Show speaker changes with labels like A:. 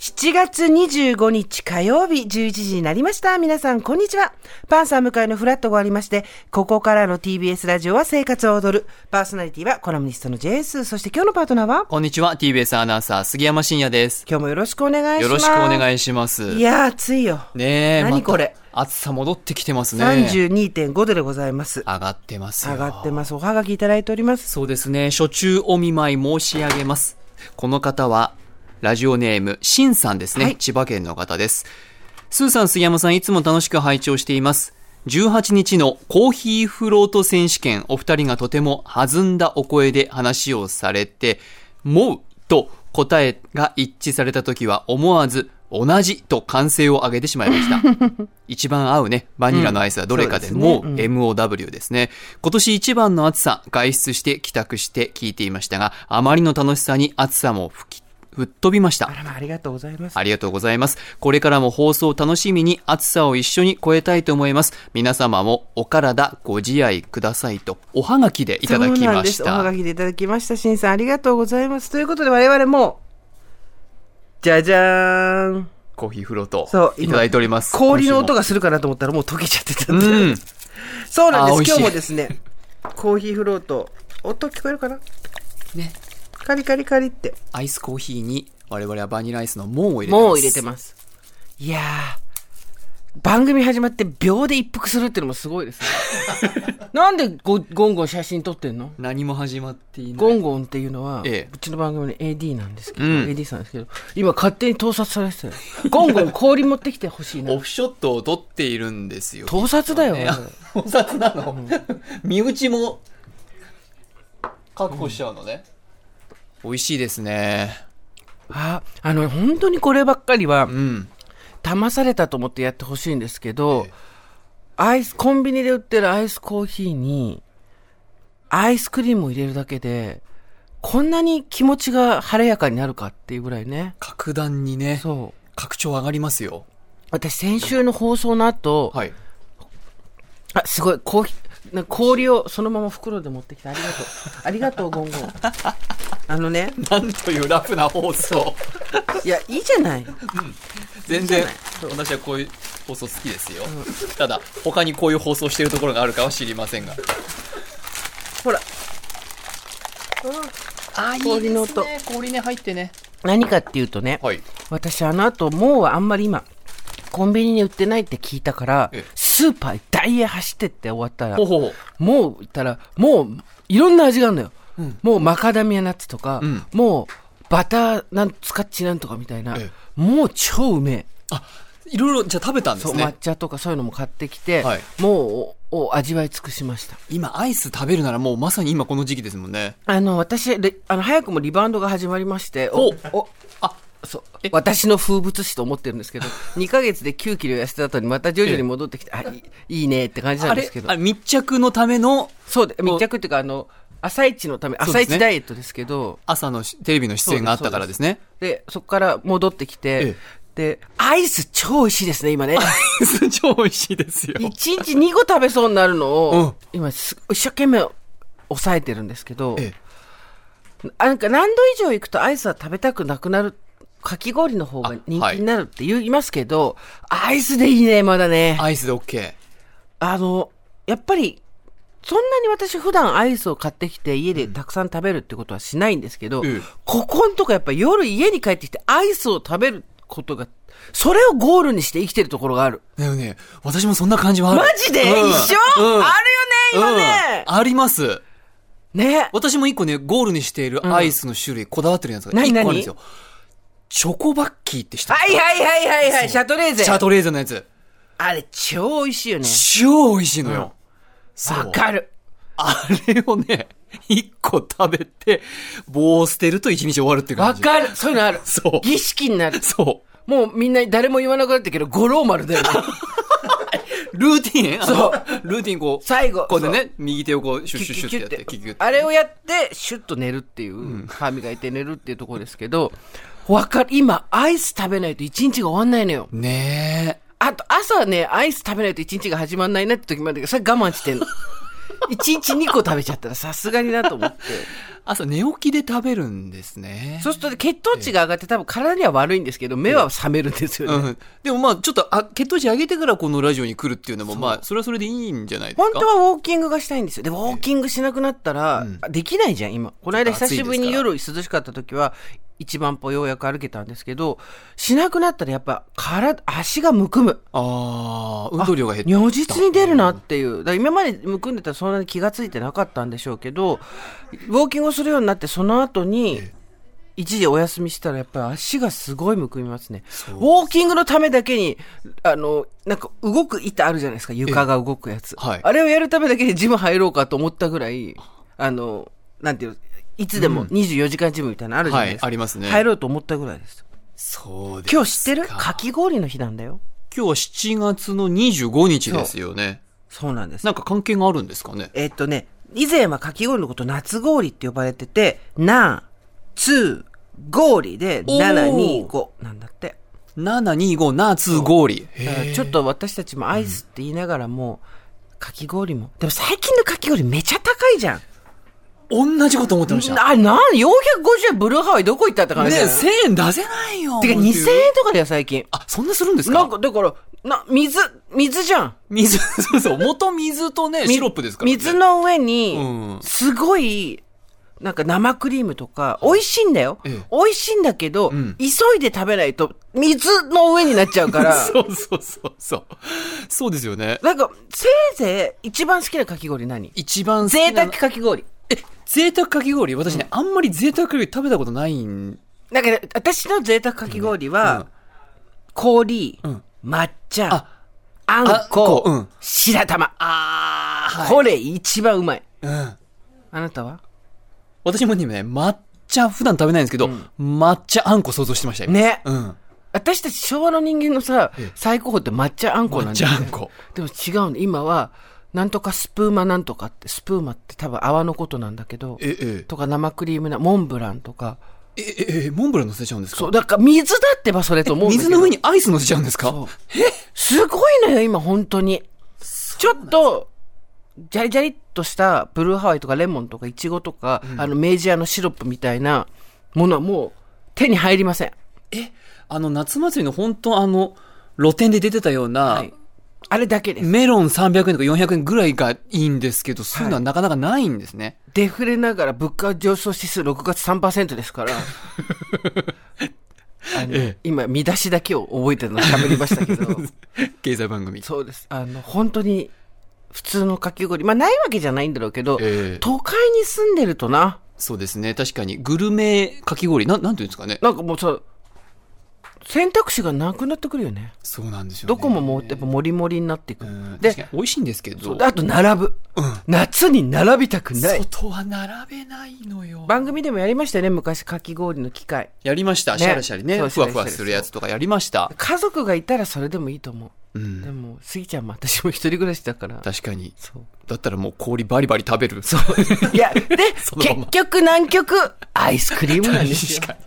A: 7月25日火曜日11時になりました。皆さん、こんにちは。パンサー向かいのフラットがありまして、ここからの TBS ラジオは生活を踊る。パーソナリティはコラムニストの JS。そして今日のパートナーは
B: こんにちは。TBS アナウンサー、杉山真也です。
A: 今日もよろしくお願いします。
B: よろしくお願いします。
A: いやー、暑いよ。
B: ねえ。
A: 何これ。
B: 暑さ戻ってきてますね。
A: 32.5度でございます。
B: 上がってます
A: 上がってます。おはがきいただいております。
B: そうですね。初中お見舞い申し上げます。この方は、ラジオネーム、しんさんですね、はい。千葉県の方です。スーさん、杉山さん、いつも楽しく拝聴しています。18日のコーヒーフロート選手権、お二人がとても弾んだお声で話をされて、もうと答えが一致された時は思わず、同じと歓声を上げてしまいました。 一番合うね、バニラのアイスはどれかで、うん、もう MOW ですね、うん。今年一番の暑さ、外出して帰宅して聞いていましたが、あまりの楽しさに暑さも吹き吹っ飛びました。
A: あらま、ありがとうございます。
B: ありがとうございます。これからも放送を楽しみに暑さを一緒に超えたいと思います。皆様もお体ご自愛くださいと、おはがきでいただきました。
A: おはがきでいただきました。しんさん、ありがとうございます。ということで、我々も、じゃじゃーん。
B: コーヒーフロート。そう、いただいております。
A: 氷の音がするかなと思ったらもう溶けちゃってたんで。うん、そうなんです。今日もですね、コーヒーフロート。音聞こえるかなね。カリカリカリって。
B: アイスコーヒーに、我々はバニラアイスのもんを入れて
A: ます。もんを入れてます。いやー、番組始まって秒で一服するっていうのもすごいですね。 なんでゴゴンゴン写真撮ってんの
B: 何も始まっていない。
A: ゴンゴンっていうのは、ええ、うちの番組の AD なんですけど、うん、AD さんですけど、今勝手に盗撮されてたよ。ゴンゴン氷持ってきてほしいな。
B: オフショットを撮っているんですよ。
A: 盗撮だよ。ね、
B: 盗撮なの、うん、身内も確保しちゃうのね。うん美味しいですね
A: ああの本当にこればっかりは、うん、騙されたと思ってやってほしいんですけど、ええ、アイスコンビニで売ってるアイスコーヒーにアイスクリームを入れるだけでこんなに気持ちが晴れやかになるかっていうぐらいね
B: 格段にねそう拡張上がりますよ
A: 私先週の放送の後、はい、あすごいコーヒー氷をそのまま袋で持ってきてありがとうありがとうゴンゴンあのね。
B: なんというラフな放送。
A: いや、いいじゃない。うん、
B: 全然いい、私はこういう放送好きですよ。うん、ただ、他にこういう放送してるところがあるかは知りませんが。
A: ほら。
B: ああ、いい氷の音。氷ね、入ってね。
A: 何かっていうとね、はい、私あの後、もうはあんまり今、コンビニに売ってないって聞いたから、スーパーダイヤ走ってって終わったら、ほうほうもう、ったら、もう、いろんな味があるのよ。うん、もうマカダミアナッツとか、うん、もうバターなんスカッチなんとかみたいな、ええ、もう超うめえ
B: あいろいろじゃあ食べたんですね
A: 抹茶とかそういうのも買ってきて、はい、もうを味わい尽くしました
B: 今アイス食べるならもうまさに今この時期ですもんね
A: あの私あの早くもリバウンドが始まりましておおあそう私の風物詩と思ってるんです けど2か月で9キロ痩せた後にまた徐々に戻ってきて、あいいいねって感じなんですけど
B: あ密着のための
A: そうで密着っていうかあの朝一のため、朝一ダイエットですけど、ね、
B: 朝のテレビの出演があったからですね。
A: でそこから戻ってきて、で、アイス超美味しいですね、今ね。
B: アイス超美味しいですよ。1
A: 日2個食べそうになるのを、うん、今、一生懸命抑えてるんですけど、ええ、なんか何度以上行くとアイスは食べたくなくなる。かき氷の方が人気になるって言いますけど、はい、アイスでいいね、まだね。
B: アイスで OK。
A: あの、やっぱりそんなに私普段アイスを買ってきて家でたくさん食べるってことはしないんですけど、うん、ここんとこやっぱ夜家に帰ってきてアイスを食べることが、それをゴールにして生きてるところがある。
B: だよね。私もそんな感じはある。
A: マジで、うん、一緒、うん、あるよね、今ね、
B: あります。
A: ね。
B: 私も一個ね、ゴールにしているアイスの種類こだわってるやつが一個あるんですよ。チョコバッキーって知って
A: はいはいはいはいはい、シャトレーゼ。
B: シャトレーゼのやつ。
A: あれ、超美味しいよね。
B: 超美味しいのよ。
A: わかる。
B: あれをね、一個食べて、棒を捨てると一日終わるって感
A: じ。わかるそういうのある。。
B: そう
A: 儀式になる。。
B: そう
A: もうみんな誰も言わなくなったけど、五郎丸だよね。
B: ルーティン
A: そう。
B: ルーティンこう。
A: 最後。
B: こうでね、右手をこう、シュッシュッシュッってやって、キュキュッ
A: あれをやって、シュッと寝るっていう、うん、歯磨いて寝るっていうところですけど、わかる。今、アイス食べないと一日が終わんないのよ。
B: ねえ。
A: あと、朝ね、アイス食べないと一日が始まんない なって時もあるけど、それ我慢してんの。一日二個食べちゃったらさすがになと思って。
B: 朝寝起きで食べるんですね
A: そうすると血糖値が上がって多分体には悪いんですけど目は覚めるんですよね、
B: うん、でもまあちょっとあ血糖値上げてからこのラジオに来るっていうのもまあそれはそれでいいんじゃないですか
A: 本当はウォーキングがしたいんですよでウォーキングしなくなったら、
B: うん
A: できないじゃん今この間
B: ちょっ
A: 久
B: と暑いです
A: し
B: から
A: ぶりに夜涼しかった時は一万歩ようやく歩けたんですけどしなくなったらやっぱ体足がむくむ
B: ああ運動量が減って
A: 如実に出るなっていうだから今までむくんでたらそんなに気がついてなかったんでしょうけどウォーキングをするようになってその後に一時お休みしたらやっぱり足がすごいむくみますねウォーキングのためだけにあのなんか動く板あるじゃないですか床が動くやつ、
B: はい
A: あれをやるためだけにジム入ろうかと思ったぐらいあのなんていうのいつでも24時間ジムみたいなのあるじゃないですか、
B: はいありますね
A: 入ろうと思ったぐらいです
B: そうですか
A: 今日知ってるかき氷の日なんだよ
B: 今日は7月の25日ですよね
A: そうなんです
B: なんか関係があるんですかね
A: えっとね、以前はかき氷のこと夏氷って呼ばれてて、な、つ、氷で、
B: おー
A: 725なんだって。
B: 725夏氷へ
A: だからちょっと私たちもアイスって言いながらも、かき氷も。でも最近のかき氷めちゃ高いじゃん。
B: 同じこと思ってましたね
A: あ、なん、450円ブルーハワイどこ行ったって感じだよね。
B: 1000円出せないよ
A: てか2000円とかだよ最近。
B: あそんなするんですか
A: なんかだから、な、水、水じゃん。
B: 水 そうそう元水とね
A: み
B: シロップですからね
A: 水の上
B: うん
A: に、すごい、なんか生クリームとか、美味しいんだよ。
B: ええ
A: 美味しいんだけど、
B: ん
A: 急いで食べないと、水の上になっちゃうから、
B: そうそうそうそうそうですよね
A: なんか、せいぜい一番好きなかき氷何
B: 一番好き
A: 贅
B: な
A: 沢かき氷。
B: え贅沢かき氷私ね、あんまり贅沢かき氷食べたことないん
A: なんかね、私の贅沢かき氷は、
B: うん
A: 氷、
B: ん
A: 抹茶、
B: あ
A: あん
B: あん
A: こ
B: こ、うん
A: 白玉。
B: あー
A: これ一番うまい。
B: うん
A: あなたは
B: 私もね抹茶普段食べないんですけど、抹茶あんこ想像してましたよ
A: ね
B: うん
A: 私たち昭和の人間のさ、最高峰って抹茶あんこなん
B: 抹
A: だよ
B: 茶
A: ね
B: あんこ
A: でも違うの今はなんとかスプーマなんとかってスプーマって多分泡のことなんだけど
B: ええ
A: とか生クリームなモンブランとか
B: えええモンブラン乗せちゃうんですか
A: そうだから水だってばそれと思うんだけど
B: 水の上にアイス乗せちゃうんですか
A: すごいのよ今本当にちょっとジャリジャリっとしたブルーハワイとかレモンとかイチゴとか、あの明治屋のシロップみたいなものはもう手に入りません
B: えあの夏祭りの本当あの露店で出てたような、
A: はいあれだけです
B: メロン300円とか400円ぐらいがいいんですけど、そういうのはなかなかないんですね。
A: デフレながら物価上昇指数6月3%です から、あの
B: ええ
A: 今、見出しだけを覚えてるの喋りました けど、
B: 経済番組。
A: そうです。あの、本当に普通のかき氷、まあないわけじゃないんだろうけど、
B: ええ
A: 都会に住んでるとな、
B: そうですね。確かに、グルメかき氷、なん、なんていうんですかね。
A: なんかもうさ、選択肢がなくなってくるよね。
B: そうなんですよ、ね。
A: どこももうやっぱもりもりになっていく
B: うん。
A: で
B: 確かに、美味しいんですけど、
A: あと並ぶ、夏に並びたくない。
B: 外は並べないのよ。
A: 番組でもやりましたよね、昔かき氷の機会。
B: やりました。
A: ね
B: シャラシャリね。
A: そう
B: ふわふわするやつとかやりました。
A: 家族がいたらそれでもいいと思う。
B: うん。
A: でも、スギちゃんも私も一人暮らしだから。
B: 確かに。
A: そう。
B: だったらもう氷バリ バリ食べる。そう。
A: いや、で、
B: そのまま
A: 結局南極、アイスクリームなんです
B: 確
A: よ。
B: かに。